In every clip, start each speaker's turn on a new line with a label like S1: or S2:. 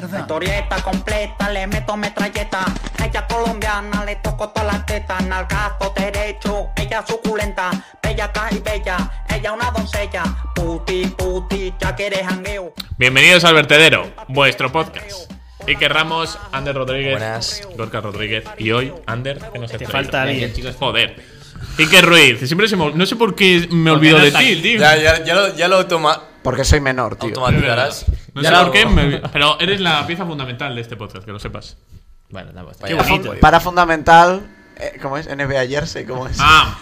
S1: La historieta completa, le meto metralleta. Ella colombiana, le toco todas las tetas. Nalgazo derecho, ella suculenta. Bella, caja y bella, ella una doncella. Puti, puti, ya que eres jangueo.
S2: Bienvenidos al vertedero, vuestro podcast. Iker Ramos, Ander Rodríguez,
S3: Buenas.
S2: Gorka Rodríguez y hoy, Ander, que nos ha
S4: Te
S2: traído?
S4: falta alguien.
S2: Joder. Iker Ruiz, siempre se me, no sé por qué me olvido de ti, tío.
S3: Ya, ya, ya lo, ya lo automa-
S5: Porque soy menor, tío.
S3: automatizarás.
S2: No
S3: Ya
S2: sé
S3: lo-
S2: por qué, me- pero eres la pieza fundamental de este podcast, que lo sepas.
S4: Bueno, da bastante.
S3: Qué
S5: Para
S3: bonito.
S5: fun- Para fundamental. eh, ¿Cómo es? NBA Jersey, ¿cómo es?
S2: Ah,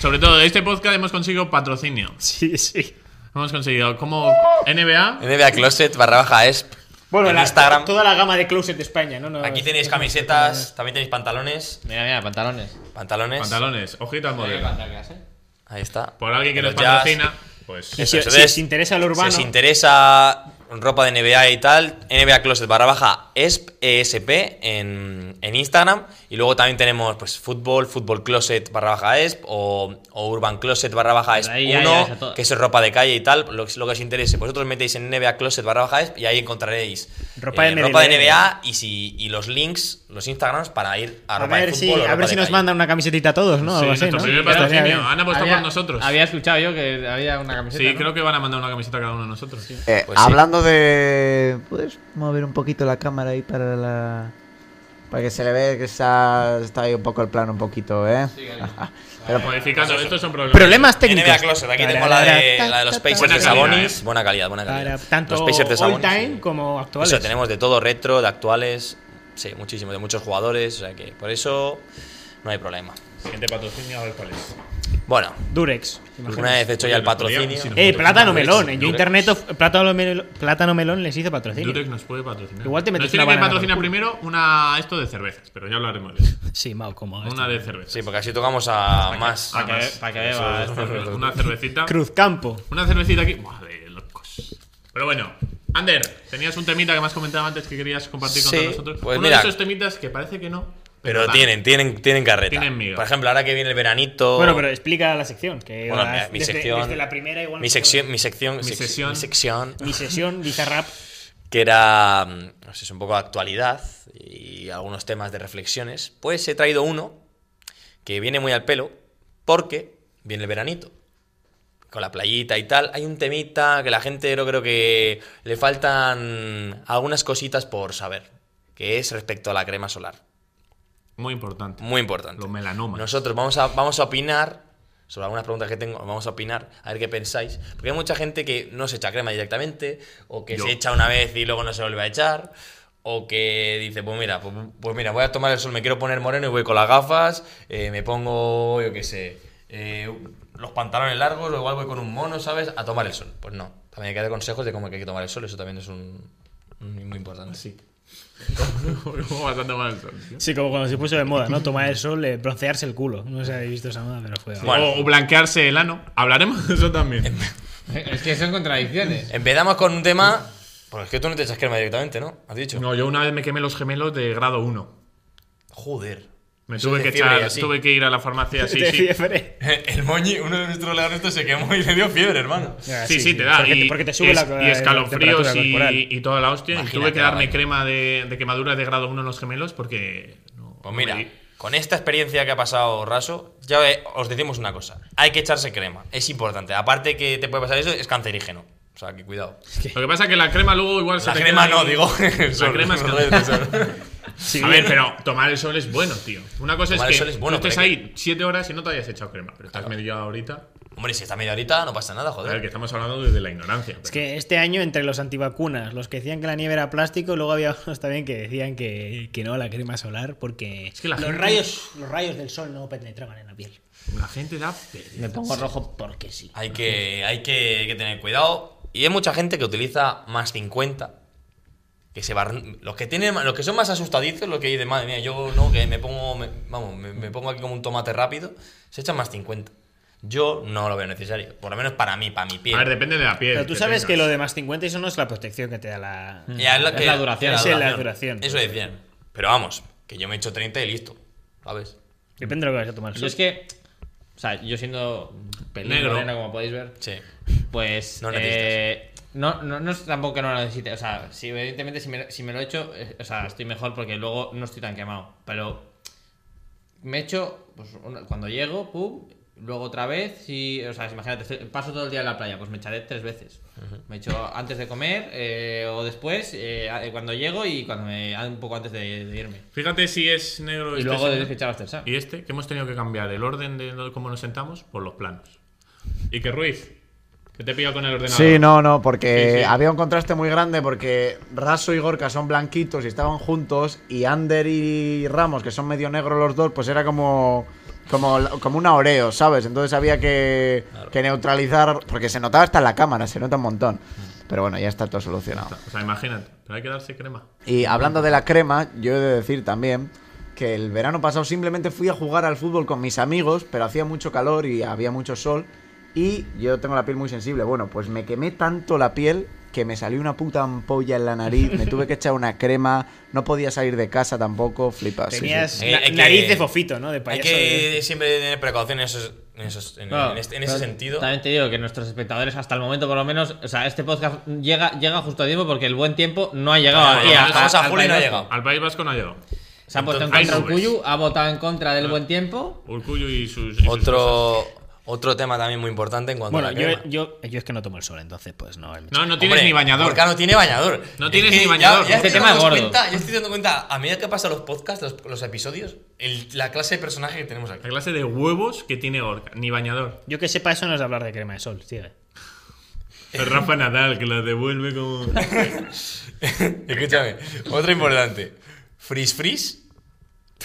S2: sobre todo de este podcast hemos conseguido patrocinio.
S4: Sí, sí.
S2: Hemos conseguido como NBA.
S3: NBA Closet barra baja ESP.
S4: Bueno,
S3: en
S4: la-
S3: Instagram.
S4: toda la gama de closet de España, ¿no? No,
S3: Aquí
S4: es-
S3: tenéis camisetas, también tenéis pantalones.
S4: Mira, mira, pantalones.
S3: Pantalones.
S2: Pantalones, ojito al modelo.
S3: Ahí está.
S2: Por alguien que
S3: Los
S2: nos
S3: jazz.
S2: patrocina, pues.
S4: Y si,
S3: eso
S4: si
S3: es.
S4: os interesa lo urbano,
S3: Si os interesa ropa de NBA y tal, NBA Closet barra baja ESP, ESP en, en Instagram. Y luego también tenemos pues fútbol, fútbol closet barra baja ESP o, o urban closet barra baja ESP
S4: Pues Ahí ya, ya, está
S3: 1,
S4: todo.
S3: que es ropa de calle y tal, lo, que- lo que os interese. Vosotros metéis en NBA Closet barra baja ESP y ahí encontraréis eh,
S4: Ropa de
S3: ropa de
S4: MDLR.
S3: NBA y, si, y los links, los Instagrams para ir a,
S4: a
S3: ropa de
S4: ver
S3: fútbol
S4: si,
S3: o ropa
S4: a ver
S3: de
S4: si nos
S3: calle.
S4: mandan una camisetita a todos, ¿no?
S2: sí,
S4: Algo así,
S2: nuestro
S4: ¿no?
S2: primer
S4: Estaría bien.
S2: patrocinio. Han apostado por nosotros.
S6: Había escuchado yo que había una camiseta.
S2: Sí,
S6: ¿no?
S2: creo que van a mandar una camiseta a cada uno de nosotros.
S5: Eh,
S3: pues sí.
S5: hablando de. ¿Puedes mover un poquito la cámara ahí para la. Para que se le ve que está, está ahí un poco el plano, un poquito, ¿eh? Pero
S3: pues
S2: Modificando, estos son problemas.
S4: Problemas técnicos.
S3: NBA Closet, aquí tenemos la de, la de los Pacers
S2: Buena
S3: de
S2: calidad, ¿eh?
S3: Sabonis. Buena calidad, buena
S4: Para
S3: calidad.
S4: tanto
S3: los Pacers de
S4: all
S3: Sabonis.
S4: time como actuales.
S3: Eso, tenemos de todo retro, de actuales, sí, muchísimo, de muchos jugadores, o sea que por eso no hay problema.
S2: Siguiente patrocinio, a ver cuál es.
S3: Bueno,
S4: Durex.
S3: una vez hecho ya el patrocinio,
S2: Sí, no.
S4: Eh,
S2: Durex,
S4: Plátano
S2: Durex,
S4: Melón. En yo
S2: Durex.
S4: internet of- Plátano Melón, Plátano Melón les hizo patrocinio.
S2: Durex nos puede patrocinar.
S4: Igual te metes
S2: nos tiene
S4: una
S2: que
S4: banana
S2: patrocinar
S4: por el
S2: primero una esto de cervezas, pero ya hablaremos de eso.
S6: Sí, Mau, como.
S2: Una de cervezas.
S3: sí, porque así tocamos a más.
S2: Ah,
S6: Para que,
S2: más.
S6: pa' que
S2: Eso,
S6: beba.
S2: una- Una cervecita.
S4: Cruzcampo.
S2: Una cervecita aquí. Buah, de locos. Pero bueno, Ander, tenías un temita que me has comentado antes que querías compartir con
S3: Sí,
S2: todos nosotros.
S3: pues
S2: Uno
S3: mira.
S2: de esos temitas que parece que no.
S3: Pero
S2: tal.
S3: tienen, tienen, tienen carreta.
S2: Tienen miga.
S3: Por ejemplo, ahora que viene el veranito.
S4: Bueno, pero explica la sección. Que
S3: bueno,
S4: vas
S3: mi
S4: desde-
S3: sección.
S4: Desde la primera igual.
S3: mi,
S4: nosotros-
S3: sección mi sección. sec-
S2: sesión.
S3: Mi sección.
S4: Mi sesión, Bizarrap.
S3: que era mm, no sé, es un poco de actualidad y algunos temas de reflexiones, pues he traído uno que viene muy al pelo porque viene el veranito. Con la playita y tal, hay un temita que la gente yo creo que le faltan algunas cositas por saber, que es respecto a la crema solar.
S2: Muy importante.
S3: Muy importante.
S2: Los melanomas.
S3: Nosotros vamos a, vamos a opinar sobre algunas preguntas que tengo. Vamos a opinar, a ver qué pensáis. Porque hay mucha gente que no se echa crema directamente, o que
S2: Yo.
S3: se echa una vez y luego no se vuelve a echar. O que dice, pues mira, pues, pues mira, voy a tomar el sol, me quiero poner moreno y voy con las gafas, eh, me pongo, yo qué sé, eh, los pantalones largos o igual voy con un mono, ¿sabes? A tomar el sol. Pues no, también hay que dar consejos de cómo hay que tomar el sol, eso también es un, un- muy importante.
S2: Sí. ¿Cómo vas a tomar el sol, tío?
S4: Sí, como cuando se puso de moda, ¿no? Tomar el sol, eh, broncearse el culo. No sé si habéis visto esa moda, pero fue.
S3: Bueno.
S2: O, o blanquearse el ano. Hablaremos de eso también.
S6: Es que son contradicciones.
S3: Empezamos con un tema, porque es que tú no te echas crema directamente, ¿no? ¿Has dicho?
S2: No, yo una vez me quemé los gemelos de grado 1.
S3: Joder.
S2: Me
S3: Eso
S2: tuve
S3: es
S2: que
S3: de fiebre y
S2: echar,
S3: así.
S2: tuve que ir a la farmacia, sí,
S4: De
S2: sí.
S4: fiebre.
S3: El moñi, uno de nuestros leones, esto se quemó y le dio fiebre, hermano.
S4: Ah,
S2: Sí, sí, te da.
S4: Porque,
S2: y,
S4: te, porque te sube
S2: es-
S4: la
S2: y escalofríos
S4: la temperatura corporal.
S2: y, y toda la hostia. y tuve
S3: eh, Imagínate,
S2: que darme
S3: vaya.
S2: crema de, de quemaduras de grado 1 en los gemelos porque. no-
S3: Pues
S2: no
S3: mira,
S2: me di.
S3: con esta experiencia que ha pasado Raso, ya eh, os decimos una cosa. Hay que echarse crema, es importante. Aparte que te puede pasar eso, es cancerígeno. O sea, que cuidado.
S2: Lo que pasa es que la crema luego igual se
S3: La
S2: te
S3: crema
S2: queda ahí-
S3: no, digo.
S2: La crema es
S4: Sí.
S2: A ver, pero tomar el sol es bueno, tío. Una cosa
S3: Tomar el
S2: es
S3: sol
S2: que
S3: es bueno,
S2: tú estés
S3: pero
S2: ahí 7 horas y no te hayas echado crema. Pero estás media ahorita.
S3: Hombre, si está media horita, no pasa nada,
S2: A ver, que
S3: joder.
S2: estamos hablando desde la ignorancia.
S4: Es
S2: pero-
S4: que este año, entre los antivacunas, los que decían que la nieve era plástico, luego había unos también que decían que, que no, la crema solar, porque
S2: que la
S4: los,
S2: gente-
S4: rayos, los rayos del sol no penetraban en la piel.
S2: La gente da pereza.
S6: Me pongo rojo porque sí.
S3: Hay que, hay que, que tener cuidado. Y hay mucha gente que utiliza más 50. Que se barn- los que tienen los que son más asustadizos, los que dicen, madre mía, yo no, que me pongo, me- vamos, me, me pongo aquí como un tomate rápido, se echan más 50. Yo no lo veo necesario, por lo menos para mí, para mi piel.
S2: A ver, depende de la piel.
S4: Pero tú sabes
S2: tengas.
S4: que lo de más 50 eso no es la protección que te da la...
S2: Mm.
S3: Ya,
S6: Es la duración.
S3: ya
S4: Es la duración.
S3: Eso decían. Pero vamos, que yo me echo 30 y listo, ¿sabes?
S4: Depende de lo que vayas a tomar. el
S6: Yo
S4: sol.
S6: Pues es que. O sea, yo siendo pelín
S2: Negro.
S6: moreno, como podéis ver,
S3: Sí.
S6: pues.
S3: No
S6: eh, No, no, no es tampoco que no lo necesite. O sea, si, evidentemente si me, si me lo he hecho, eh, o sea, estoy mejor porque luego no estoy tan quemado. Pero me echo, pues una- cuando llego, pum, luego otra vez. Si, o sea, si imagínate, estoy- paso todo el día en la playa, pues me echaré tres veces. Me echo antes de comer eh, o después, eh, a- cuando llego y cuando me, un poco antes de, de irme.
S2: Fíjate si es negro
S6: Y
S2: este
S6: luego
S2: señor.
S6: debes echar after sun.
S2: Y este, que hemos tenido que cambiar el orden de lo- cómo nos sentamos por los planos. Y que Ruiz, que te he pillado con el ordenador.
S5: Sí, no, no, porque
S2: Sí, sí.
S5: había un contraste muy grande porque Raso y Gorka son blanquitos y estaban juntos y Ander y Ramos, que son medio negros los dos, pues era como como, como un oreo, ¿sabes? Entonces había que, que neutralizar porque se notaba hasta en la cámara, se nota un montón.
S2: Mm.
S5: Pero bueno, ya está todo solucionado.
S2: O sea, imagínate, pero hay que darse crema.
S5: Y hablando de la crema, yo he de decir también que el verano pasado simplemente fui a jugar al fútbol con mis amigos, pero hacía mucho calor y había mucho sol. Y yo tengo la piel muy sensible. Bueno, pues me quemé tanto la piel que me salió una puta ampolla en la nariz. Me tuve que echar una crema. No podía salir de casa tampoco. Flipas. sí, sí.
S4: Tenías
S3: sí.
S4: na-
S2: Eh,
S3: Hay que-
S4: nariz de fofito, ¿no? De
S3: Hay
S4: payaso.
S3: que
S4: de-
S3: siempre tener precaución en, esos, en, esos- en-
S6: Claro,
S3: en este- en
S6: pero
S3: ese sentido.
S6: También te digo que nuestros espectadores, hasta el momento por lo menos, o sea, este podcast llega, llega justo a tiempo porque el buen tiempo no ha llegado
S3: Ah,
S6: aquí.
S3: ya,
S6: a-
S3: estamos a
S6: al
S3: julio y no ha
S6: País Vasco.
S3: llegado.
S2: Al País Vasco no ha llegado.
S6: Se ha puesto en
S2: Entonces,
S6: contra
S2: hay nubes.
S6: Urcuyu, ha votado en contra
S3: Ah.
S6: del buen tiempo.
S2: Urcuyo y sus. y sus cosas.
S3: Otro, otro tema también muy importante en cuanto
S4: Bueno,
S3: a la crema.
S4: yo, yo, Eh, yo es que no tomo el sol, entonces pues no.
S2: No, no tienes
S3: Hombre,
S2: ni bañador.
S3: Gorka no tiene bañador.
S2: No
S3: Es
S2: tienes
S3: que
S2: ni
S3: ya-
S2: bañador.
S3: ya
S6: Este
S3: estoy
S6: tema es
S3: dando
S6: gordo.
S3: cuenta- ya estoy dando cuenta, a medida que pasan los podcasts, los, los episodios, el- la clase de personaje que tenemos aquí.
S2: La clase de huevos que tiene Gorka. Ni bañador.
S4: Yo que sepa eso no es de hablar de crema de sol, sigue.
S2: El Rafa Nadal, que la devuelve como.
S3: Escúchame, otro importante. ¿Frizz frizz?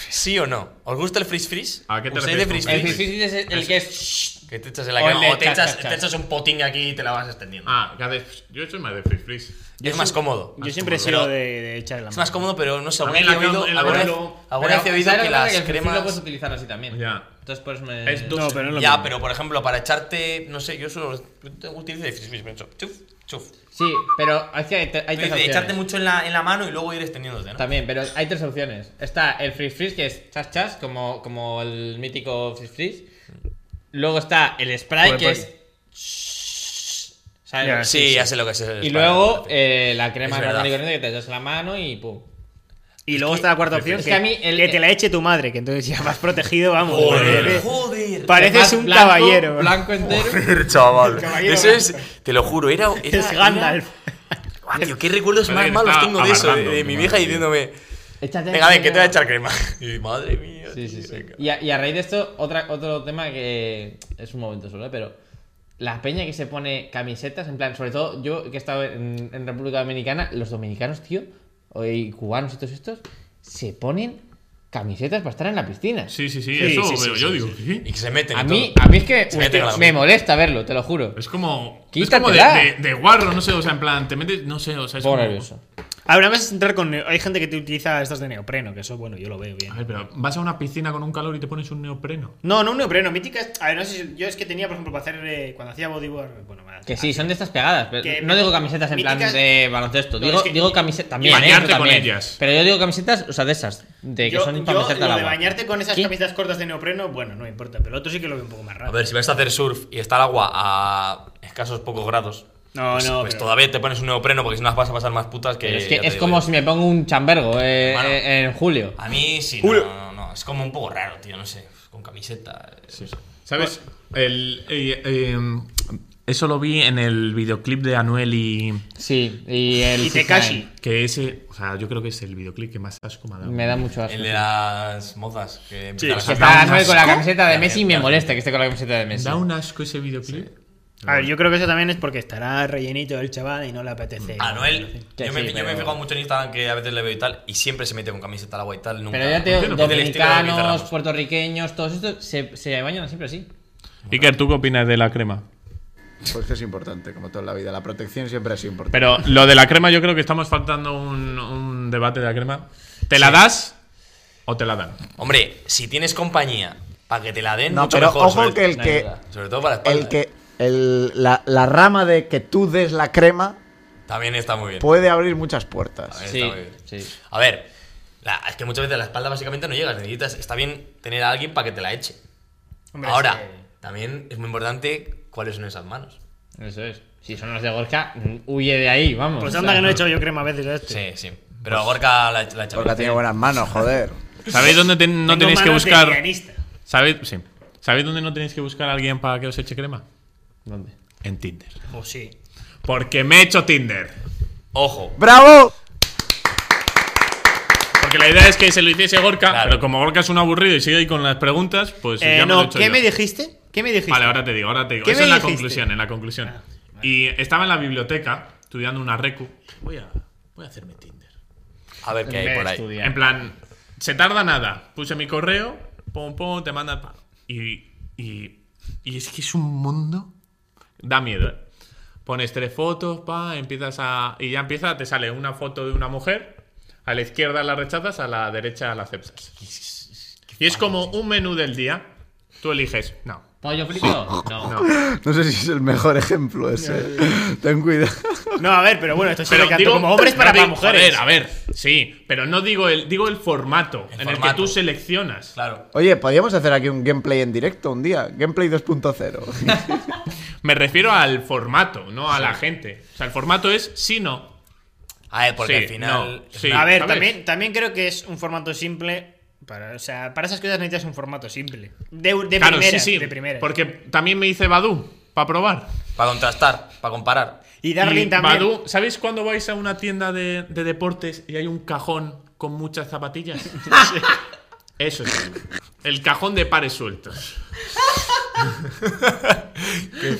S3: ¿Sí o no? ¿Os gusta el frizz frizz?
S2: ¿A qué te
S3: ¿Usáis
S2: refieres
S3: de
S2: con
S6: El
S3: frizz frizz?
S6: difícil es el que es.
S3: Que te echas en la
S6: O el
S3: crema
S6: de
S3: o te
S6: chas,
S3: echas,
S6: chas, chas.
S3: te echas un potín aquí y te la vas extendiendo.
S2: Ah, que haces. Yo soy más de free freeze.
S3: es más cómodo.
S6: Pues
S4: Yo siempre he sido
S3: Pero
S4: de, de echar la
S3: Es
S4: mano.
S3: más cómodo, pero no sé,
S2: A
S3: alguna
S2: mí
S3: vez he
S2: la cam-
S3: oído-
S2: el
S3: alguna vez-
S2: vuelo-
S3: alguna vez he oído
S6: ¿sabes
S3: que
S6: lo pasa?
S3: las
S6: el frizz lo puedes
S3: cremas...
S6: utilizar así también.
S2: Ya.
S6: Entonces, pues me.
S2: Es
S4: No, pero no es lo
S3: Ya,
S4: mismo.
S3: pero por ejemplo, para echarte, no sé, yo solo yo utilizo de frizz frizz, pienso, chuf, chuf.
S6: Sí, pero es que hay, te-
S3: Tú
S6: hay tres
S3: dices,
S6: opciones.
S3: echarte mucho en la, en la mano y luego ir extendiéndote, ¿no?
S6: También, pero hay tres opciones. Está el freeze freeze, que es chas chas, como, como el mítico freeze freeze. Luego está el spray,
S2: Pues,
S6: que
S2: pues.
S6: es. ¿Sabes?
S4: Ya,
S3: Sí, ya sé lo que es.
S6: Y luego
S3: eh,
S6: eh, la crema
S3: Es
S6: normal y
S3: verdad.
S6: corriente que te echas en la mano y pum.
S4: Y luego está la cuarta
S2: es
S4: opción, que,
S6: que a mí el-
S4: que te la eche tu madre, que entonces ya vas protegido, vamos.
S3: Joder,
S4: Eh,
S3: joder.
S4: Pareces
S6: Además,
S4: un
S6: blanco,
S4: caballero.
S6: Blanco entero.
S3: chaval.
S4: Caballero
S3: Eso es, te lo juro, era. era-
S4: Es Gandalf.
S3: Ah, tío, qué recuerdos
S2: Parece
S3: más
S2: que
S3: malos
S2: está
S3: tengo de eso, de,
S2: amarrando, madre
S3: de mi vieja
S2: mía.
S3: diciéndome.
S6: Échate
S3: Venga, ven, que te voy a
S6: crema.
S3: echar crema. Y madre mía.
S6: Sí, sí,
S3: tío,
S6: sí.
S3: venga.
S6: Y a, y a raíz de esto, otra, otro tema que es un momento solo, ¿eh? pero la peña que se pone camisetas, en plan, sobre todo yo que he estado en, en República Dominicana, los dominicanos, tío, o- y cubanos y todos estos, se ponen camisetas para estar en la piscina.
S2: Sí, sí, sí,
S4: Sí,
S2: eso.
S4: sí, sí,
S2: pero
S4: sí,
S2: yo
S4: sí,
S2: digo, ¿qué?
S3: Y que se meten. y
S6: A mí,
S3: todo.
S6: a mí es que
S3: Se
S6: me,
S3: meten a la
S6: me
S3: mierda.
S6: molesta verlo, te lo juro.
S2: Es como. Es
S6: Quítatela.
S2: como de, de, de guarro, no sé, o sea, en plan, te metes. No sé, o sea, es
S6: Pongo
S2: como.
S6: nervioso.
S4: Ahora vas a entrar con. ne- Hay gente que te utiliza estos de neopreno, que eso, bueno, yo lo veo bien.
S2: A ver, pero vas a una piscina con un calor y te pones un neopreno.
S4: No, no un neopreno, míticas. A ver, no sé si. Yo es que tenía, por ejemplo, para hacer. eh, cuando hacía bodyboard. Bueno, me-
S6: Que sí, son de estas pegadas. Pero
S4: Que
S6: no digo camisetas en plan
S4: míticas-
S6: de baloncesto.
S4: No,
S6: Digo,
S4: es que-
S6: digo camisetas también.
S2: Y
S6: ¿eh?
S2: bañarte
S6: Yo
S2: con
S6: también.
S2: ellas.
S6: Pero yo digo camisetas, o sea, de esas. De que
S4: yo,
S6: son
S4: yo
S6: para meterte al
S4: lo de
S6: agua.
S4: bañarte con esas
S6: ¿Qué?
S4: camisetas cortas de neopreno, bueno, no me importa. Pero el otro sí que lo veo un poco más
S3: A
S4: raro.
S3: ver, si vas a hacer surf y está el agua a escasos pocos grados.
S4: No,
S3: pues,
S4: no,
S3: Pues
S4: pero-
S3: todavía te pones un neopreno porque si no las vas a pasar más putas que.
S6: Pero es
S3: ya
S6: que
S3: te
S6: es
S3: digo
S6: como
S3: yo.
S6: si me pongo un chambergo eh,
S3: Hermano.
S6: eh, en julio.
S3: A mí sí, no, no, no, es como un poco raro, tío, no sé, con camiseta. eh, no sé.
S2: ¿Sabes? El, eh, eh, eso lo vi en el videoclip de Anuel y.
S6: Sí, y el.
S4: Y
S6: 69.
S4: Tekashi.
S2: Que ese. O sea, yo creo que es el videoclip que más asco me ha dado.
S6: Me da mucho asco.
S3: El de las mozas que
S4: Sí,
S3: empiezan a
S4: sí,
S6: Que
S3: cantar.
S6: está Anuel con la
S2: asco.
S6: camiseta de Messi y me
S3: Ya, ya.
S6: molesta que esté con la camiseta de Messi.
S2: Da un asco ese videoclip.
S4: A ver, yo creo que eso también es porque estará rellenito el chaval y no le
S2: Mm.
S4: apetece.
S3: A Noel,
S6: Que
S3: yo, me,
S6: sí,
S3: yo me he
S6: pero-
S3: fijado mucho en Instagram que a veces le veo y tal, y siempre se mete con camiseta al agua y tal. Nunca.
S6: Pero ya te digo,
S2: Entiendo, porque
S3: es del estilo de David
S6: dominicanos,
S3: Ramos.
S6: puertorriqueños, todos estos se, se bañan siempre así.
S2: Iker, ¿tú qué opinas de la crema?
S5: Pues que es importante, como toda la vida. La protección siempre es importante.
S2: Pero lo de la crema, yo creo que estamos faltando un, un debate de la crema. ¿Te la das o te la dan?
S3: Hombre, si tienes compañía para que te la den,
S5: No,
S3: mucho
S5: pero
S3: mejor,
S5: ojo
S3: sobre-
S5: que el
S3: no,
S5: que-
S3: es verdad. Sobre todo para espalda.
S5: el que el- la, la rama de que tú des la crema
S3: También está muy bien.
S5: puede abrir muchas puertas.
S3: Ahí está
S6: Sí,
S3: muy bien.
S6: sí.
S3: A ver, la- es que muchas veces la espalda básicamente no llegas. Necesitas, está bien tener a alguien para que te la eche.
S4: Hombre,
S3: Ahora,
S4: es que-
S3: también es muy importante cuáles son esas manos.
S6: Eso es. Si son los de Gorka, huye de ahí, vamos.
S4: Pues
S6: O
S4: anda
S6: sea,
S4: que no he hecho yo crema a veces a este.
S3: Sí, sí. Pero a Gorka la, la
S5: Porque tiene buenas manos, joder.
S2: ¿Sabéis dónde ten- no
S4: Tengo
S2: tenéis que
S4: manos de
S2: buscar?
S4: pianista.
S2: ¿Sabéis? Sí. ¿Sabéis dónde no tenéis que buscar a alguien para que os eche crema?
S6: ¿Dónde?
S2: En Tinder.
S4: O Pues sí.
S2: Pues Porque me he hecho Tinder.
S3: Ojo.
S5: ¡Bravo!
S2: Porque la idea es que se lo hiciese Gorka,
S3: Claro.
S2: pero como Gorka es un aburrido y sigue ahí con las preguntas, pues
S4: Eh,
S2: ya me lo he
S4: no,
S2: hecho
S4: ¿qué
S2: yo.
S4: me dijiste? ¿Qué me dijiste?
S2: Vale, ahora te digo, ahora te digo.
S4: ¿Qué
S2: Eso
S4: me
S2: en la
S4: dijiste?
S2: conclusión, en la conclusión. Y estaba en la biblioteca estudiando una recu. Voy a, voy a hacerme Tinder.
S3: A ver qué hay
S6: En vez
S3: por
S6: de
S3: ahí.
S6: estudiar.
S2: En plan, se tarda nada. Puse mi correo, pum, pum, te manda. pa. Y, y, y es que es un mundo. Da miedo, ¿eh? Pones tres fotos, pa, empiezas a. Y ya empieza, te sale una foto de una mujer. A la izquierda la rechazas, a la derecha la aceptas. Y es como un menú del día. Tú eliges. No.
S6: ¿Pollo frito? No.
S2: No.
S5: No sé si es el mejor ejemplo ese. Ten cuidado.
S4: No, a ver, pero bueno, esto se
S2: Pero
S4: decanto
S2: digo-
S4: como hombres
S2: no
S4: para, para
S2: digo-
S4: mujeres.
S2: joder, a ver, sí, pero no digo el, digo el formato
S3: El
S2: en el
S3: formato.
S2: que tú seleccionas.
S3: Claro.
S5: Oye, podríamos hacer aquí un gameplay en directo un día. Gameplay 2.0.
S2: Me refiero al formato, no a la gente. O sea, el formato es sí, no.
S3: A ver, porque
S2: Sí,
S3: al final.
S2: no, sí.
S4: A ver,
S2: ¿sabes?
S4: también, también creo que es un formato simple. Para, o sea, para esas cosas necesitas un formato simple. De, de
S2: claro,
S4: primeras,
S2: sí, sí.
S4: de primeras.
S2: Porque también me hice Badu para probar.
S3: Para contrastar, para comparar.
S4: y Darling
S2: Y
S4: también.
S2: Badoo, ¿sabéis cuando vais a una tienda de, de deportes y hay un cajón con muchas zapatillas? Eso es. El cajón de pares sueltos.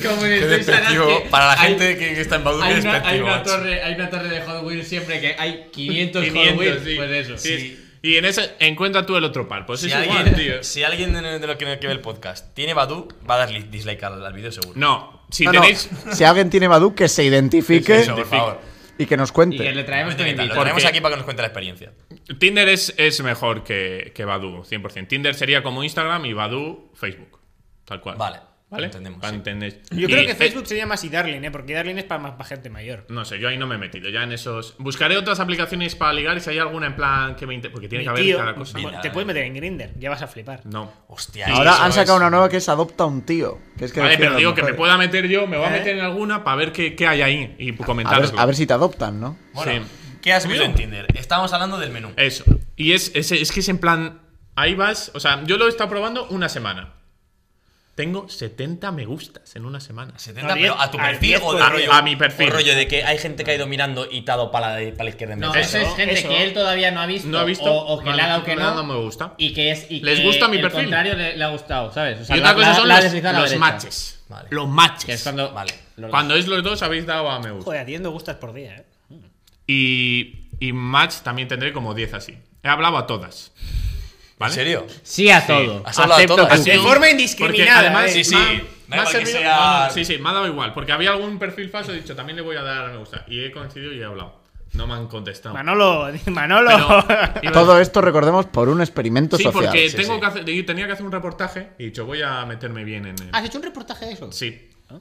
S6: Como en
S3: Qué
S6: el Instagram
S3: despectivo.
S6: que
S3: Para la
S6: hay-
S3: gente que, que está en Badoo, qué
S6: Hay una, hay,
S3: despectivo,
S6: una
S3: macho.
S6: torre, hay una torre de Hot Wheels siempre que hay 500,
S2: 500,
S6: Hot Wheels.
S2: sí.
S6: Pues eso.
S2: Sí, Y en ese encuentra tú el otro par. Pues
S3: Si
S2: es
S3: alguien,
S2: igual, tío.
S3: si alguien de, de los que, que ve el podcast tiene Badu, va a darle dislike al, al vídeo seguro.
S2: No, si
S5: No, no.
S2: tenéis.
S5: Si alguien tiene Badu, que se identifique
S3: Eso, por favor.
S5: y que nos
S6: Y que le
S5: cuente.
S6: traemos que le
S3: Lo
S6: invitamos.
S3: tenemos
S2: Porque-
S3: aquí para que nos cuente la experiencia.
S2: Tinder es, es mejor que, que Badu, 100%. Tinder sería como Instagram y Badu, Facebook. Tal cual.
S3: Vale,
S2: ¿Vale?
S3: entendemos,
S2: Para
S3: sí.
S2: entender.
S4: Yo creo
S2: Y,
S4: que
S2: eh,
S4: Facebook sería más y Darling, ¿eh? Porque Darling es para más para gente mayor.
S2: no sé, yo ahí no me he metido. Ya en esos. Buscaré otras aplicaciones para ligar y si hay alguna en plan que me interese. Porque tiene
S4: Mi
S2: que haber
S4: tío,
S2: cada cosa. Mm.
S4: bueno, te puedes meter en Grinder, ya vas a flipar.
S2: No.
S3: Hostia, eso
S5: Ahora han sacado
S3: es-
S5: una nueva que es Adopta un tío. Que es que
S2: Vale,
S5: decían
S2: pero
S5: las
S2: digo que me
S5: mujeres.
S2: pueda meter yo, me voy a
S4: ¿Eh?
S2: meter en alguna para ver qué, qué hay ahí y
S5: A
S2: comentarlo.
S5: ver, a ver si te adoptan, ¿no?
S3: Bueno,
S2: Sí. Eh,
S3: ¿qué has visto en Tinder? Estábamos hablando del menú.
S2: Eso. Y es, es, es que es en plan. Ahí vas. O sea, yo lo he estado probando una semana. Tengo 70 me gustas en una semana.
S3: 70,
S4: a diez-
S3: pero a tu
S4: a
S3: perfil
S4: diez,
S3: o de
S4: pues,
S3: rollo.
S2: a mi perfil.
S3: O rollo de que hay gente que ha ido mirando y te ha dado para la, pa' la izquierda en
S6: No,
S3: vez
S6: eso,
S3: de-
S6: es gente
S4: eso.
S6: que él todavía no ha visto.
S2: No ha visto.
S6: O, o que le ha dado que no.
S2: me gusta.
S6: Y que es. Y
S2: Les
S6: que
S2: gusta mi
S6: el
S2: perfil.
S6: contrario le, le ha gustado, ¿sabes? O sea,
S2: Y otra
S6: la-
S2: cosa
S6: la-
S2: son
S6: la ha
S2: los,
S6: deslizado a la
S2: los
S6: derecha.
S2: matches.
S3: Vale.
S2: Los
S6: Que es
S2: matches.
S6: cuando.
S3: Vale.
S6: los-
S2: Cuando es los dos habéis dado a me gusta.
S4: Joder, a ti no gustas por día, ¿eh?
S2: Y, y match también tendré como 10 así. He hablado a todas. ¿Vale?
S3: ¿En serio?
S6: Sí a todo.
S3: ¿Has hablado a
S6: Acepto
S3: todos?
S6: que
S3: ¿Has
S6: sí.
S4: De
S2: Sí.
S4: forma
S2: Porque
S4: indiscriminada.
S2: además,
S4: ¿eh?
S3: Sí, sí.
S2: me ha-
S3: Da igual
S2: me ha
S3: que
S2: servido-
S3: sea-
S2: no, no, sí, sí, me ha dado igual. Porque había algún perfil falso, he dicho, también le voy a dar a me gusta. Y he coincidido y he hablado. No me han contestado.
S4: Manolo, Manolo.
S2: Pero- iba a-
S5: Todo esto, recordemos, por un experimento
S2: Sí,
S5: social.
S2: porque
S3: sí,
S2: tengo
S3: sí.
S2: Que hacer- yo tenía que hacer un reportaje y he dicho, voy a meterme bien en el.
S6: ¿Has hecho un reportaje de eso?
S2: Sí.
S6: ¿Ah?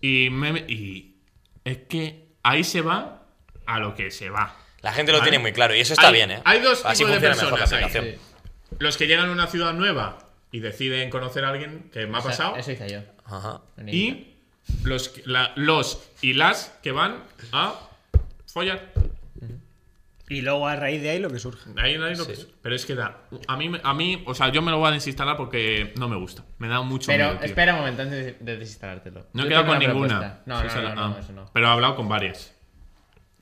S2: Y, me- y es que ahí se va a lo que se va.
S3: La gente lo
S2: Vale.
S3: tiene muy claro y eso está
S2: Hay-
S3: bien, ¿eh?
S2: hay dos
S3: Así
S2: tipos de
S3: funciona mejor la
S2: personas ahí.
S3: aplicación.
S2: Los que llegan a una ciudad nueva y deciden conocer a alguien que me ha
S6: O sea,
S2: pasado.
S6: Eso hice yo.
S3: Ajá.
S2: Y los, que- la- los y las que van a follar.
S4: Y luego a raíz de ahí lo que surge.
S2: Ahí no hay lo que- Pero es que da. A mí, me- a mí, o sea, yo me lo voy a desinstalar porque no me gusta. Me da mucho
S6: Pero
S2: miedo, tío.
S6: espera un momento antes de desinstalártelo.
S2: No he
S6: Yo
S2: quedado
S6: tengo
S2: con
S6: una
S2: ninguna.
S6: propuesta. No,
S2: Sí, o sea,
S6: no, no,
S2: ah,
S6: no, eso no.
S2: Pero he hablado con varias.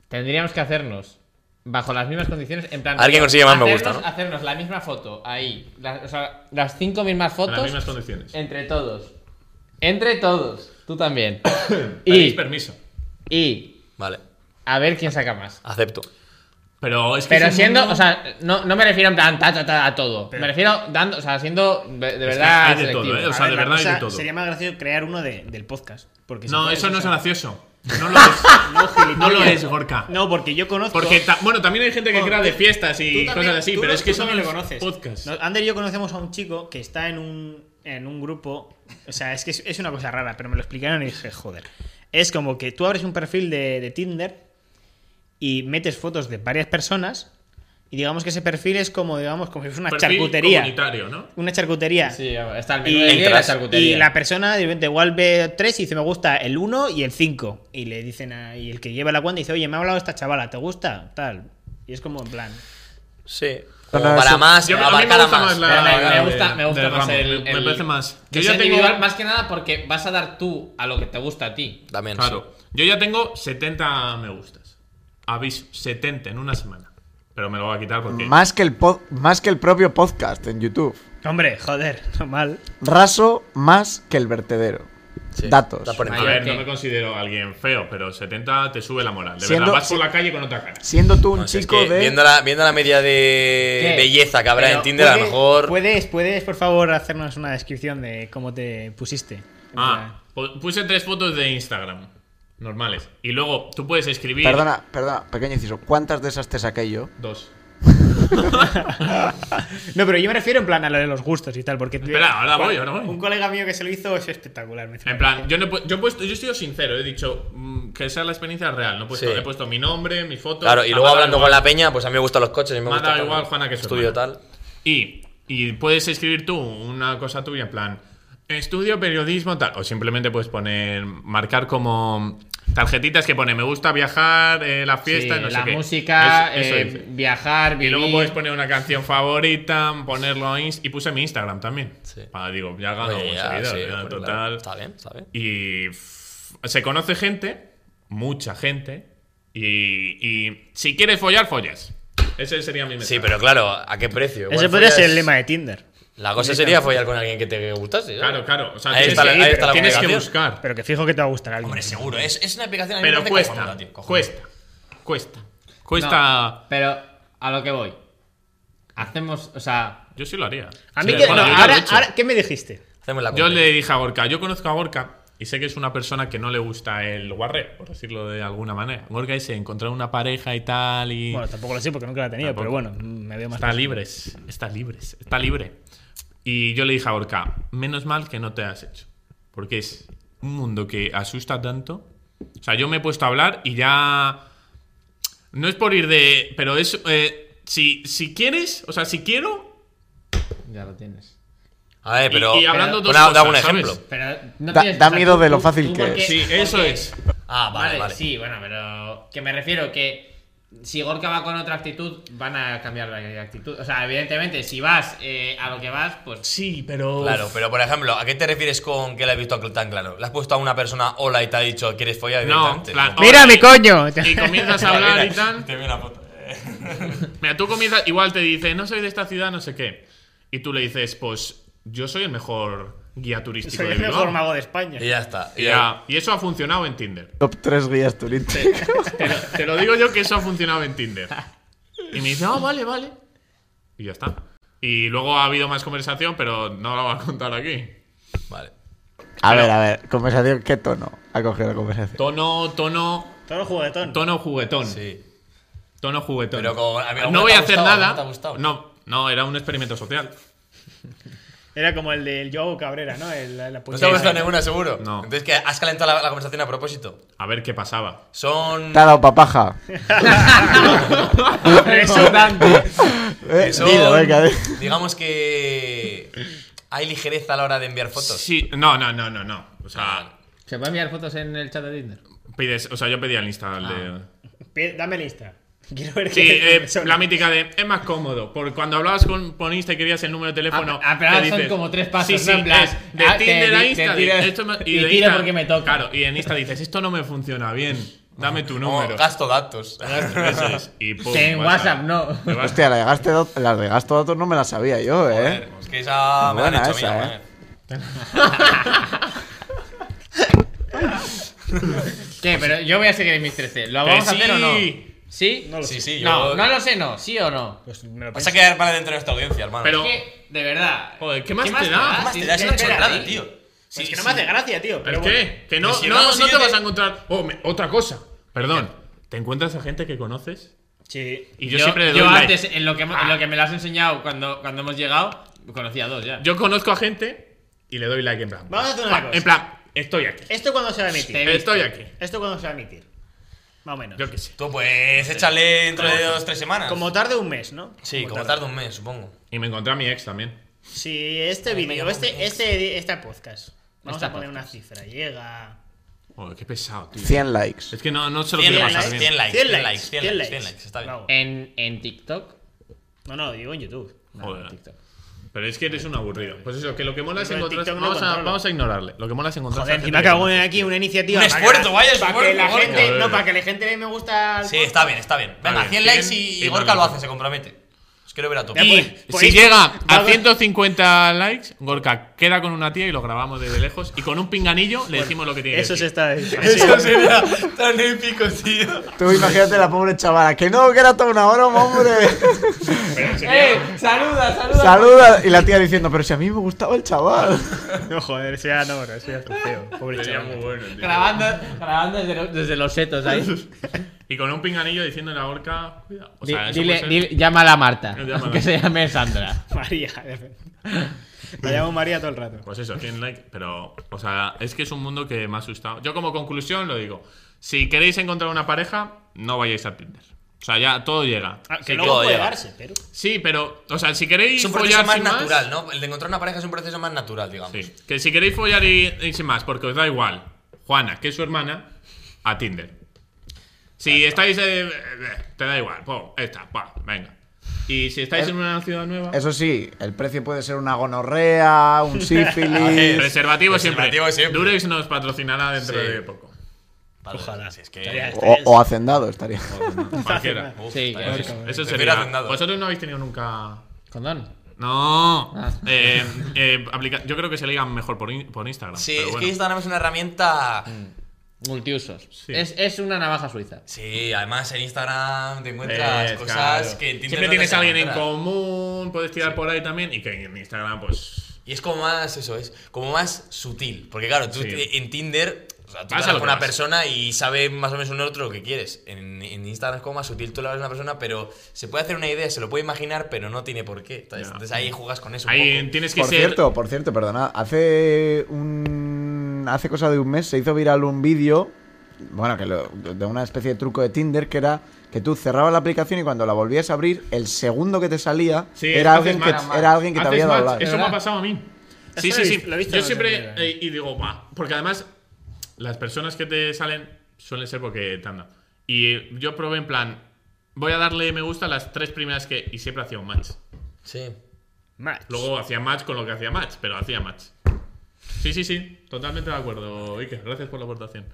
S6: Tendríamos que hacernos bajo las mismas condiciones, en plan.
S3: Alguien consigue más me gusta,
S6: hacernos-
S3: ¿no?
S6: Hacernos la misma foto ahí, la- o sea, las cinco mismas
S2: En las
S6: fotos
S2: mismas condiciones.
S6: entre todos, entre todos, tú también.
S2: Tenéis
S6: y,
S2: permiso.
S6: y
S3: Vale.
S6: a ver quién saca más.
S3: Acepto.
S2: Pero es que.
S6: Pero
S2: es un
S6: siendo,
S2: mundo-
S6: o sea, no, no me refiero en plan ta, ta, ta, a todo. me refiero dando, o sea, siendo de, de
S2: Es que
S6: verdad.
S2: hay de todo,
S6: selectivo.
S2: ¿eh? O
S4: A
S2: sea, de
S4: la
S2: verdad hay
S4: cosa
S2: de todo.
S4: Sería más gracioso crear uno de- del podcast. Porque se
S2: No,
S4: puede,
S2: eso
S4: o
S2: no es
S4: sea,
S2: gracioso. No lo es.
S4: No, gilipollas.
S2: No lo es, Gorka.
S4: No, porque yo conozco.
S2: Porque, ta- bueno, también hay gente que
S4: Bueno,
S2: crea de fiestas
S4: Tú
S2: y
S4: también-
S2: cosas así,
S4: tú
S2: pero
S4: no-
S2: es que
S4: tú
S2: eso no
S4: también
S2: es
S4: lo conoces.
S2: podcast.
S4: No, Ander y yo conocemos a un chico que está en un, en un grupo. O sea, es que es, es una cosa rara, pero me lo explicaron y dije, joder. Es como que tú abres un perfil de, de Tinder y metes fotos de varias personas. Y digamos que ese perfil es como, digamos, como si fuese una
S2: Perfil
S4: charcutería.
S2: comunitario, ¿no?
S4: Una charcutería.
S6: Sí, está el
S4: Y-
S6: menú del día y la
S3: Entras.
S6: charcutería.
S4: Y la persona de repente igual ve tres y dice, me gusta el 1 y el 5. Y le dicen, a- y el que lleva la cuenta dice, oye, me ha hablado esta chavala, ¿te gusta? Tal. Y es como en plan.
S3: Sí.
S5: Pero
S3: Como
S5: no,
S3: para
S5: eso-
S3: más,
S2: Yo- a mí me
S3: abarcar a
S2: gusta
S3: más.
S2: más la-
S6: Pero me, me
S2: de-
S6: gusta, me gusta
S2: del
S6: más
S2: ramo,
S6: el,
S2: me- me
S6: el-
S2: parece más.
S6: que
S2: Yo ya
S6: sea
S2: tengo-
S6: individual, más que nada porque vas a dar tú a lo que te gusta a ti.
S3: Eh, También, sí.
S2: Claro. Yo ya tengo 70 me gustas. Aviso, 70 en una semana. Pero me lo voy a quitar porque.
S5: Más que, el pod- más que el propio podcast en YouTube.
S4: Hombre, joder, no mal.
S5: Raso más que el vertedero.
S3: Sí.
S5: Datos.
S3: Da por
S2: A
S3: encima.
S2: ver,
S6: que-
S2: no me considero alguien feo, pero 70 te sube la moral. De
S5: Siendo-
S2: verdad, vas
S5: si-
S2: por la calle con otra cara.
S5: Siendo tú un
S3: No sé, es
S5: chico
S3: que
S5: de.
S3: viendo, la, viendo la media de
S6: ¿Qué?
S3: belleza que habrá
S6: Pero
S3: en Tinder, a lo
S4: Puede-
S3: mejor.
S4: Puedes, puedes, por favor, hacernos una descripción de cómo te pusiste. En
S2: Ah, pu- puse tres fotos de Instagram. Normales. Y luego tú puedes escribir.
S5: Perdona, perdona, pequeño inciso. ¿Cuántas de esas te saqué yo?
S2: Dos.
S4: plan- No, pero yo me refiero en plan a lo de los gustos y tal, porque.
S2: Espera, ahora voy,
S4: un-
S2: ahora voy.
S4: Un colega mío que se lo hizo es espectacular. me
S2: En plan, yo, no he pu- yo, he puesto, yo he sido sincero, he dicho mm, que sea la experiencia real. No he puesto,
S3: Sí.
S2: he puesto mi nombre, mi foto.
S3: Claro, y
S2: me
S3: luego
S2: ha dado
S3: hablando
S2: igual.
S3: con la peña, pues a mí me gustan los coches. a mí Me
S2: Me ha
S3: gusta
S2: dado
S3: tal,
S2: igual, Juana, que su
S3: Estudio
S2: hermana.
S3: tal.
S2: Y, y puedes escribir tú una cosa tuya, en plan, estudio periodismo, tal. O simplemente puedes poner, marcar como tarjetitas que pone me gusta viajar, eh, la fiesta,
S6: Sí,
S2: no sé
S6: la
S2: qué.
S6: música,
S2: Es- eso
S6: eh,
S2: dice.
S6: viajar,
S2: Y
S6: vivir.
S2: luego pues, puedes poner una canción favorita, ponerlo en Inst- y puse mi Instagram también.
S3: Sí.
S2: Ah, digo, ya gano
S3: Oye,
S2: un
S3: ya,
S2: seguidor,
S3: sí,
S2: ya,
S3: bueno,
S2: total.
S3: claro. Está bien, está bien.
S2: Y f- se conoce gente, mucha gente, y, y si quieres follar, follas. Ese sería mi mensaje.
S3: Sí, pero claro, ¿a qué precio?
S4: Ese
S3: Igual
S4: podría
S3: follas-
S4: ser el lema de Tinder.
S3: La cosa sería follar con alguien que te gustase. ¿sabes?
S2: Claro, claro. O sea,
S3: Ahí
S2: tienes,
S3: está la-
S2: que,
S3: ahí está la
S2: tienes que
S3: comunicación.
S2: buscar.
S4: Pero que fijo que te va a gustar a alguien.
S3: Hombre, seguro. Es, es una aplicación a mí me
S2: Pero
S3: parece
S2: cuesta,
S3: cojonuda, tío, cojonuda.
S2: cuesta, cuesta.
S6: No,
S2: Cuesta.
S6: pero a lo que voy. Hacemos, o sea,
S2: Yo sí lo haría.
S4: A mí
S2: Sí,
S4: que.
S2: bueno,
S4: no,
S2: yo-
S4: ahora, ahora- ¿qué me dijiste?
S3: Hacemos la
S2: Yo
S3: cuenta.
S2: le dije a Gorka, yo conozco a Gorka y sé que es una persona que no le gusta el guarreo, por decirlo de alguna manera. Gorka dice encontrar una pareja y tal y.
S4: Bueno, tampoco lo sé porque nunca la he tenido,
S2: Tampoco.
S4: pero bueno, mm, me veo más.
S2: está
S4: personal.
S2: libres, está libres, está libre. Y yo le dije a Gorka, menos mal que no te has hecho. Porque es un mundo que asusta tanto. O sea, yo me he puesto a hablar y ya. No es por ir de. Pero es. eh, si, si quieres, o sea, si quiero.
S6: ya lo tienes.
S3: A ver, pero.
S2: y, y hablando
S3: pon
S2: dos
S3: a- da
S2: cosas,
S3: un
S2: ¿sabes?
S3: ejemplo.
S6: Pero no
S5: Da-
S6: tienes-
S5: da miedo de lo fácil que
S6: porque-
S5: es.
S2: Sí,
S6: porque-
S2: eso es.
S3: Ah, vale, vale.
S6: Sí, bueno, pero que me refiero que si Gorka va con otra actitud, van a cambiar la actitud. O sea, evidentemente, si vas eh, a lo que vas, pues
S2: Sí, pero.
S3: Claro, pero por ejemplo, ¿a qué te refieres con que la has visto tan claro? ¿Le has puesto a una persona hola y te ha dicho quieres follar?
S2: No,
S3: directamente?
S2: plan,
S4: ¡Mira
S2: hola,
S4: mi
S2: y-
S4: coño!
S2: Y comienzas a hablar y tal.
S3: Te veo una foto.
S2: Mira, tú comienzas, igual te dice, no soy de esta ciudad, no sé qué. Y tú le dices, pues yo soy el mejor guía turístico
S4: Soy
S2: de
S4: el
S2: Bilbao.
S4: mejor mago de España.
S3: Y ya está.
S2: Y ya- y eso ha funcionado en Tinder.
S5: Top 3 guías turísticas.
S2: Te lo, te lo digo yo que eso ha funcionado en Tinder. Y me dice, ah, vale, vale. Y ya está. Y luego ha habido más conversación, pero no la voy a contar aquí.
S3: Vale.
S5: A ver, a ver, conversación, ¿qué tono ha cogido la conversación?
S2: Tono, tono,
S4: Todo el juguetón.
S2: tono juguetón.
S3: Sí.
S2: Tono juguetón.
S3: Pero como- a mí alguna
S2: no voy
S3: te
S2: a
S3: ha
S2: hacer
S3: gustado,
S2: nada.
S3: alguna te ha gustado.
S2: no, no, era un experimento social.
S4: Era como el del Joao Cabrera, ¿no? El, la
S5: Pues
S3: No te
S4: puñalada.
S3: ha gustado ninguna, seguro.
S2: No.
S3: Entonces, que has calentado la, la conversación a propósito.
S2: A ver qué pasaba.
S3: Son.
S5: ¿Te ha dado papaja? Eh,
S3: son-
S5: dilo, venga, di-
S3: Digamos que. Hay ligereza a la hora de enviar fotos. Ah.
S2: Sí, no, no, no, no, no. O sea,
S6: ¿Se pueden enviar fotos en el chat de Tinder?
S2: Pues Pides, o sea, yo pedía el Insta el
S3: Ah.
S2: de.
S4: Pe- Dame lista. Quiero ver
S2: Sí,
S4: qué-
S2: eh, la mítica de es más cómodo. Porque cuando hablabas con, con Insta y querías el número de teléfono.
S6: Ah, ah, pero ahora
S2: te
S6: son
S2: dices,
S6: como tres pasos,
S2: sí, sí,
S6: ¿no? En plan,
S2: es de
S6: ah, te
S2: Tinder a
S6: di-
S2: Insta.
S6: te tiro-
S2: de- esto me- y
S6: y
S2: de
S6: tiro
S2: Insta-
S6: porque me toca. Oh,
S2: Claro, y en Insta dices, esto no me funciona bien. Dame tu
S3: Como
S2: número.
S3: gasto datos.
S2: Eso es. Y pum,
S6: Que en WhatsApp no.
S2: Te vas-
S5: Hostia, la de gasto de dat- las de gasto de datos no me las sabía yo, ¿eh?
S3: Es que esa me la
S5: Buena
S3: han hecho
S5: esa,
S3: a mí,
S5: eh.
S3: joder.
S6: ¿Qué? Pero yo voy a seguir en mis 13. ¿Lo
S2: Que
S6: vamos a hacer o no?
S2: sí.
S6: ¿Sí?
S4: No lo
S3: Sí, sí, yo.
S6: No, no lo sé, no. ¿Sí o no?
S4: Pues me lo
S3: Vas a
S4: pienso.
S3: quedar para dentro de nuestra audiencia, hermano.
S2: Pero-
S6: Es que, de verdad.
S2: Joder, ¿qué más te da? ¿Qué más
S3: Te
S6: Sí,
S3: das
S6: sí,
S3: una
S6: espera,
S3: chorrada,
S6: sí.
S3: tío.
S4: Pues es
S3: Sí,
S4: que no
S3: sí.
S4: me hace gracia, tío. Pero
S2: ¿El
S4: bueno.
S2: qué? Que no,
S6: pues
S3: Pero si
S2: no,
S3: vamos
S2: no te
S3: siguiente-
S2: vas a encontrar. Oh, me- otra cosa. Perdón. Te encuentras a gente que conoces.
S4: Sí.
S2: Y yo, siempre le doy
S6: yo
S2: like.
S6: antes, en lo, que, en
S2: Ah.
S6: lo que me lo has enseñado cuando, cuando hemos llegado, conocía dos ya.
S2: Yo conozco a gente y le doy like en plan.
S4: Vamos a hacer una
S2: pa,
S4: cosa.
S2: En plan, estoy aquí.
S4: ¿Esto cuándo se va a emitir?
S6: Este-
S2: Estoy aquí.
S4: ¿Esto cuándo se va a emitir? Más o menos.
S2: Yo qué sé.
S3: Tú pues échale dentro de dos, tres semanas.
S4: Como tarde un mes, ¿no?
S3: sí, como tarda un mes, supongo.
S2: Y me encontré a mi ex también.
S4: Sí, este
S3: Ay,
S4: vídeo,
S3: mira,
S4: este,
S3: hombre.
S4: este, este podcast. Vamos
S6: Este
S4: a poner
S6: podcast.
S4: una cifra. Llega.
S2: Joder, qué pesado, tío.
S5: 100 likes.
S2: Es que no, no se lo
S3: 100
S2: quiero
S3: likes,
S2: pasar
S3: 100
S2: bien.
S3: likes, 100 likes, 100 likes,
S4: 100 likes.
S3: 100 likes, está bien.
S4: Bravo.
S6: En, en TikTok.
S4: No, no, digo en YouTube.
S6: No,
S2: Joder.
S6: Ah, en TikTok.
S2: Pero es que eres un aburrido. Pues eso, que lo que mola es
S4: Yo en
S2: encontrar.
S4: TikTok no
S2: vamos, a,
S4: controlo.
S2: vamos a ignorarle. Lo que mola es encontrar.
S4: Joder, encima que hago aquí una iniciativa.
S3: Un
S4: para que
S3: esfuerzo,
S4: la-
S3: vaya
S4: para
S3: esfuerzo,
S4: que la
S3: Gorka.
S4: gente, No, para que la gente le dé me gusta. al
S3: Sí,
S4: podcast.
S3: está bien, está bien. Venga,
S2: Vale,
S3: 100 likes
S2: 100
S3: y,
S2: y
S3: y Gorka lo
S2: vamos.
S3: hace, se compromete. Os quiero ver a todos.
S4: Ya,
S2: Y
S4: pues,
S2: si
S4: pues-
S2: llega a
S4: Gorka-
S2: 150 likes, Gorka queda con una tía y lo grabamos desde lejos. Y con un pinganillo le decimos lo que tiene
S4: Eso
S2: que
S4: se
S2: decir.
S4: está.
S3: Eso sería tan épico, tío.
S5: Tú imagínate la pobre chavala. Que no, que era toda una hora, hombre.
S6: ¡Eh! ¡Saluda, saluda!
S5: Saluda. Y la tía diciendo, pero si a mí me gustaba el chaval.
S4: No, joder, eso ya no, bro, eso ya es feo. Pobre
S6: este.
S2: Sería
S4: chaval.
S2: muy bueno, tío.
S6: Grabando, grabando desde, lo- desde los setos ahí.
S2: Y con un pinganillo diciéndole a Gorka. Cuidado. O sea,
S6: Di-
S2: eso
S6: dile,
S2: puede ser-
S6: dile- llámala a Marta.
S2: Llámala.
S6: Que se llame Sandra.
S4: María, de verdad. La llamo María todo el rato.
S2: Pues eso, 100 likes. Pero, o sea, es que es un mundo que me ha asustado. Yo, como conclusión, lo digo. Si queréis encontrar una pareja, no vayáis a Tinder. O sea, ya todo llega.
S4: Ah, que
S3: Sí,
S4: luego
S3: todo
S4: puede
S3: llega.
S4: darse, pero.
S2: Sí, pero, o sea, si queréis
S3: Es un proceso
S2: follar
S3: más
S2: sin
S3: natural, ¿no? El de encontrar una pareja es un proceso más natural, digamos.
S2: Sí. Que si queréis follar y, y sin más, porque os da igual, Juana, que es su hermana, a Tinder. Si estáis. eh, eh, eh, te da igual, po, esta, pa, venga. Y si estáis
S5: Es-
S2: en una ciudad nueva.
S5: Eso sí, el precio puede ser una gonorrea, un sífilis.
S2: Preservativo, siempre.
S3: Preservativo siempre.
S2: Durex nos patrocinará dentro
S3: Sí.
S2: de poco.
S3: Vale,
S4: Ojalá.
S3: Si es
S4: Estaría-
S3: que.
S2: este
S5: O, o hacendado estaría.
S2: Cualquiera.
S3: Uf,
S6: Sí,
S3: vaya,
S6: que-
S3: eso-
S2: Eso
S3: Prefiero
S2: sería.
S3: hacendado.
S2: Vosotros no habéis tenido nunca.
S6: ¿Condón?
S2: No.
S6: Ah.
S2: Eh, eh, aplica- Yo creo que se ligan mejor por, in- por Instagram.
S3: Sí,
S2: pero
S3: es
S2: bueno.
S3: que Instagram es una herramienta.
S6: Multiusos.
S2: Sí.
S6: Es, es una navaja suiza.
S3: Sí, además en Instagram te encuentras
S2: Es,
S3: cosas
S2: claro.
S3: que en Tinder
S2: Siempre
S3: no te
S2: tienes a alguien en
S3: encuentras.
S2: común, puedes tirar por ahí también. Y que en Instagram, pues.
S3: Y es como más, eso es, como más sutil. Porque claro, tú
S2: Sí.
S3: te- en Tinder, o sea, tú
S2: Vas a
S3: hablas
S2: lo
S3: con
S2: que
S3: una
S2: vas.
S3: persona y sabe más o menos un otro lo que quieres. En, en Instagram es como más sutil, tú le hablas a una persona, pero se puede hacer una idea, se lo puede imaginar, pero no tiene por qué. ¿sabes?
S2: Ya.
S3: Entonces ahí juegas con eso. un
S2: Ahí
S3: poco.
S2: tienes que
S5: Por
S2: ser.
S5: cierto, por cierto, perdona. Hace un. Hace cosa de un mes se hizo viral un vídeo. Bueno, que lo- de una especie de truco de Tinder que era que tú cerrabas la aplicación y cuando la volvías a abrir, el segundo que te salía
S2: Sí,
S5: era,
S2: haces
S5: alguien que,
S2: match.
S5: era alguien que te
S2: Haces
S5: había
S2: match,
S5: dado like.
S2: Eso me
S6: ¿Verdad?
S2: ha pasado a mí.
S4: Eso
S2: Sí,
S4: lo
S2: sí,
S4: he
S2: sí.
S4: visto- lo he visto
S2: Yo
S4: en
S2: siempre.
S4: Tinder, ¿eh?
S2: eh, y digo, va. Porque además, las personas que te salen suelen ser porque te han dado. Y eh, yo probé en plan. Voy a darle me gusta a las tres primeras que. Y siempre hacía un match.
S3: Sí.
S4: Match.
S2: Luego hacía match con lo que hacía match, pero hacía match. Sí, sí, sí. Totalmente de acuerdo, Iker. Gracias por la aportación.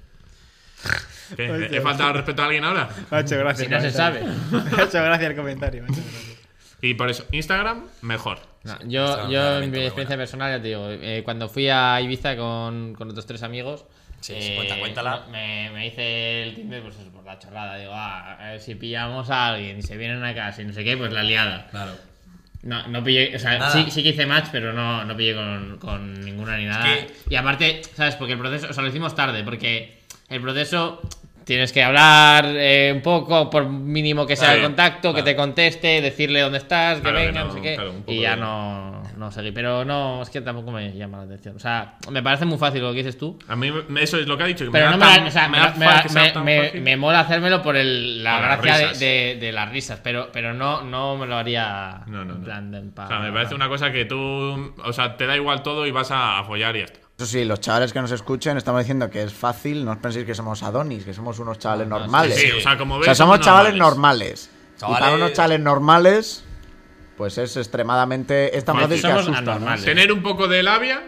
S2: ¿Qué? ¿He he faltado al respeto a alguien ahora?
S4: Macho, gracias.
S6: Si no se sabe.
S4: Muchas gracias el comentario, macho, gracias.
S2: Y por eso, Instagram, mejor.
S6: No,
S3: está
S6: yo, yo
S3: claramente
S6: en mi
S3: muy
S6: experiencia
S3: buena.
S6: personal, ya te digo, eh, cuando fui a Ibiza con, con otros tres amigos. eh,
S3: Sí, sí, cuenta- cuéntala.
S6: Me, me hice el Tinder, pues eso, por la chorrada. Digo, ah, a ver si pillamos a alguien y se vienen a casa y no sé qué, pues la liada.
S3: Claro.
S6: No, no pillé, o sea,
S3: Nada.
S6: sí, sí que hice match, pero no, no pillé con, con ninguna ni nada.
S3: que-
S6: Y aparte, ¿sabes? Porque el proceso, o sea, lo hicimos tarde, porque el proceso tienes que hablar eh, un poco, por mínimo que sea
S2: Claro,
S6: el contacto,
S3: claro.
S6: que te conteste, decirle dónde estás, que
S2: Claro que
S6: venga,
S2: no,
S6: no sé qué.
S2: claro, un poco
S6: y ya
S2: de-
S6: no, no seguí. Pero no, es que tampoco me llama la atención. O sea, me parece muy fácil lo que dices tú.
S2: A mí me- eso es lo que ha dicho. que
S6: Pero
S2: da
S6: no me,
S2: tan-
S6: la- o sea,
S2: me
S6: me,
S2: da
S6: me-
S2: fa- que sea
S6: me-
S2: tan
S6: me-
S2: fácil.
S6: me mola hacérmelo por el- la
S2: Por las
S6: gracia
S2: risas.
S6: de, de- de las risas, pero, pero no, no me lo haría
S2: No, no,
S6: en
S2: no.
S6: plan de pa-
S2: O sea, me parece una cosa que tú. O sea, te da igual todo y vas a, a follar y ya está.
S5: Eso sí, los chavales que nos escuchen estamos diciendo que es fácil, no os penséis que somos Adonis, que somos unos chavales
S6: No, no,
S5: normales.
S2: Sí, o sea, como
S5: O
S2: veis.
S5: sea, somos chavales
S2: normales.
S5: normales. Y para
S3: Chavales-
S5: unos chavales normales, pues es extremadamente. Es tan
S2: Pues
S5: fácil que
S6: somos
S5: asusta, ¿no?
S6: anormales.
S2: Tener un poco de labia.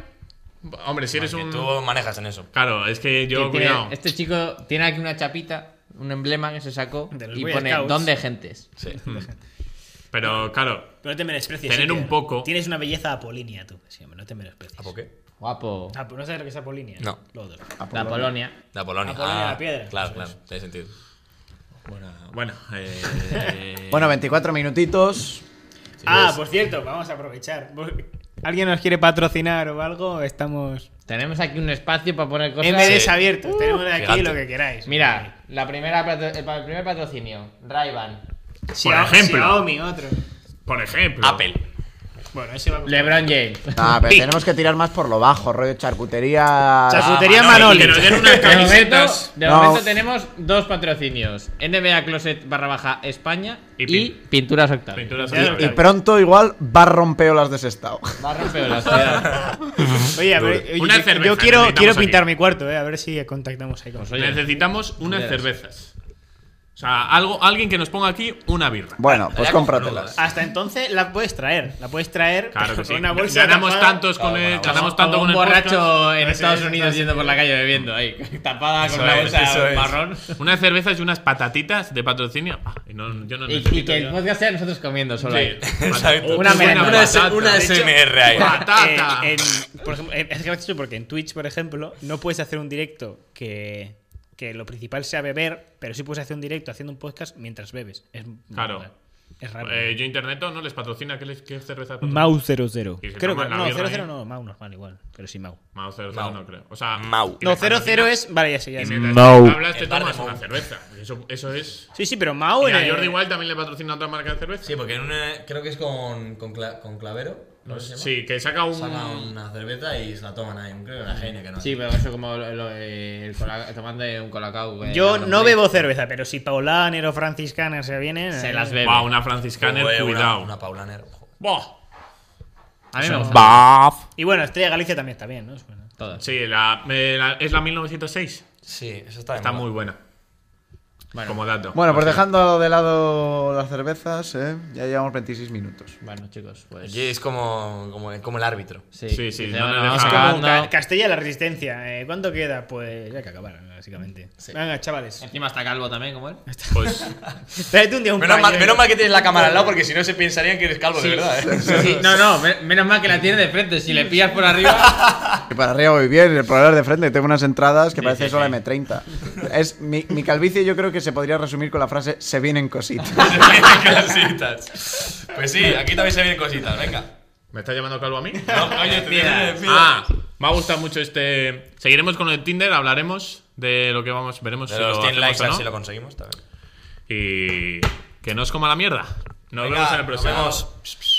S2: Hombre, si eres
S3: Que
S2: un.
S3: Tú manejas en eso.
S2: Claro, es que
S6: Que
S2: yo,
S6: tiene-
S2: cuidado.
S6: este chico tiene aquí una chapita, un emblema que se sacó
S4: De los
S6: y
S4: Boy
S6: pone
S4: Scouts.
S6: ¿Dónde gentes?
S2: Pero claro,
S4: Pero no te menosprecies.
S2: Tener
S4: Iker.
S2: un poco.
S4: Tienes una belleza apolínea, tú. Sí, hombre, no te menosprecies.
S3: ¿A por qué?
S6: Guapo.
S4: Ah, pero no sabes lo que es apolínea.
S3: No.
S4: Lo otro.
S6: La Polonia.
S3: De Apolonia.
S4: Apolonia, la piedra.
S3: Ah, Claro,
S4: Eso
S3: claro. Tiene sentido.
S2: bueno. eh,
S5: Bueno, 24 minutitos.
S4: ah, por cierto, vamos a aprovechar. ¿Alguien nos quiere patrocinar o algo? Estamos.
S6: Tenemos aquí un espacio para poner cosas.
S4: MDs
S3: Sí.
S2: Uh,
S4: abiertos. Tenemos aquí
S3: gigante.
S4: lo que queráis.
S6: Mira, la primera patro- el, pa- el primer patrocinio, Rayban.
S4: Si
S2: Por ejemplo.
S4: Xiaomi, otro.
S2: por ejemplo.
S3: Apple.
S4: Bueno, ese va a
S6: LeBron James.
S5: Ah, pero tenemos que tirar más por lo bajo, rollo charcutería.
S4: Charcutería
S2: Ah,
S4: Manoli.
S2: Que nos den unas
S6: De momento,
S2: camisetas.
S6: de
S5: No.
S6: momento tenemos dos patrocinios: NBA Closet barra baja España
S2: Y
S6: y,
S2: pin-
S6: Pinturas Octavio.
S2: Pinturas
S4: Ya,
S5: Y
S2: Octavio.
S5: pronto igual va rompeolas de Sestao.
S6: Va a romper la ciudad.
S4: Oye, a ver, oye,
S2: Una
S4: yo-
S2: cerveza
S4: yo quiero,
S2: necesitamos
S4: quiero
S2: aquí.
S4: pintar mi cuarto, eh, a ver si contactamos ahí con
S6: Pues oye,
S2: Necesitamos unas
S6: Joderas.
S2: cervezas. O sea, algo, alguien que nos ponga aquí una birra.
S5: Bueno, pues
S3: Habría
S5: cómpratelas.
S3: cojonudo,
S4: Hasta entonces la puedes traer, la puedes traer
S2: Claro que
S4: con
S2: sí.
S4: una bolsa.
S2: ganamos
S4: tapada.
S2: tantos con
S3: Claro,
S2: el,
S3: bueno,
S2: ganamos
S6: o
S2: tanto con
S6: un
S2: el
S6: borracho
S2: podcast.
S6: en
S4: Eso
S6: Estados
S4: es,
S6: Unidos
S4: eso es.
S6: yendo por la calle bebiendo ahí, tapada
S2: Eso
S6: con una
S2: es, eso
S6: bolsa
S2: es.
S6: marrón.
S2: Unas cervezas y unas patatitas de patrocinio. Ah, y no- yo no
S6: Y, y
S2: necesito
S6: que el
S2: ya.
S6: podcast sea nosotros comiendo solo ahí.
S2: Sí.
S3: Exacto.
S4: Una merenda.
S3: Una, S-
S2: patata.
S3: una
S2: De hecho,
S3: SMR ahí.
S2: Patata.
S4: Eh, en- por ejemplo, eh, es gracioso porque en Twitch, por ejemplo, no puedes hacer un directo que, que lo principal sea beber, pero sí puedes hacer un directo haciendo un podcast mientras bebes. Es,
S2: Claro.
S4: Es raro.
S2: Eh, yo Internet no les patrocina. ¿Qué, les, qué cerveza patrocina?
S4: Mau00.
S2: Y si
S4: Creo
S2: tomas
S4: que
S2: la
S4: no,
S2: birra
S4: 00
S2: ahí.
S4: no, Mau normal igual, pero sí Mau.
S2: Mau 00
S3: Mau.
S2: no creo. O sea,
S3: Mau.
S2: y
S4: No,
S2: les
S4: 00
S2: patrocina.
S4: es. Vale, ya sé, ya
S2: Y
S4: sé.
S2: mientras
S5: Mau.
S2: hablas, te
S3: El bar de
S2: tomas una
S3: Mau.
S2: cerveza. Eso, eso es.
S4: Sí, sí, pero Mau
S2: Y
S4: en
S2: a
S4: el-
S2: Jordi igual también le patrocina otra marca de cerveza.
S3: Sí, porque en una, creo que es con, con, Cla- con Clavero. ¿no se llama?
S2: Sí, que saca un.
S3: Saca una cerveza y se la toman ahí. Creo que una genia que no.
S6: Sí, pero eso como lo- lo- eh, el cola- tomando un colacao. eh,
S4: Yo
S6: la
S4: no
S6: rompe.
S4: bebo cerveza, pero si Paulaner o Franciscana se vienen.
S6: Se
S4: eh,
S6: las bebe.
S2: Buah, una
S3: Joder,
S2: franciscaner,
S3: una-
S2: cuidado.
S3: Una, Paulaner. joder.
S2: Buah.
S6: A mí me gusta.
S4: Y bueno, Estrella Galicia también está bien, ¿no? Suena.
S6: Todas.
S2: Sí, la, eh, la- es la 1906.
S3: Sí, eso está, de
S2: Está
S3: moda.
S2: muy buena.
S6: Bueno.
S2: Como dato.
S5: Bueno, pues dejando de lado las cervezas, ¿eh? ya llevamos 26 minutos.
S6: Bueno, chicos, pues.
S3: Aquí es como, como, como el árbitro.
S6: Sí,
S2: Sí, sí,
S6: dice,
S2: no
S6: bueno,
S2: nos
S6: vamos
S2: deja-
S6: acabando.
S4: Ca- Castilla la resistencia. Eh, ¿Cuánto queda? Pues ya que acabar, básicamente. Venga, chavales.
S6: Encima está calvo también, como él.
S2: Pues
S4: Tráete un día un
S3: Menos mal,
S4: pañuelo.
S3: menos mal que tienes la cámara al lado porque si no se pensarían que eres calvo de verdad, ¿eh?
S6: Sí, no, no, me- menos mal que la tiene de frente. Si le pillas por arriba.
S5: Y para arriba voy bien, el problema es de frente, tengo unas entradas que parece solo M30. Es, mi, mi calvicie yo creo que se podría resumir con la frase se vienen cositas.
S3: cositas. Pues sí, aquí también se vienen cositas, venga.
S2: ¿Me está llamando calvo a mí?
S3: No, coño, te
S6: Mira.
S3: digo,
S2: Ah, me ha gustado mucho este. Seguiremos con el Tinder, hablaremos de lo que vamos, veremos
S3: De
S2: si
S3: los
S2: lo
S3: 100
S2: hacemos
S3: likes,
S2: o
S3: a
S2: no.
S3: ver si lo conseguimos también.
S2: Y que no os coma la mierda. Nos
S3: Venga,
S2: vemos en el próximo.
S3: Nos vemos.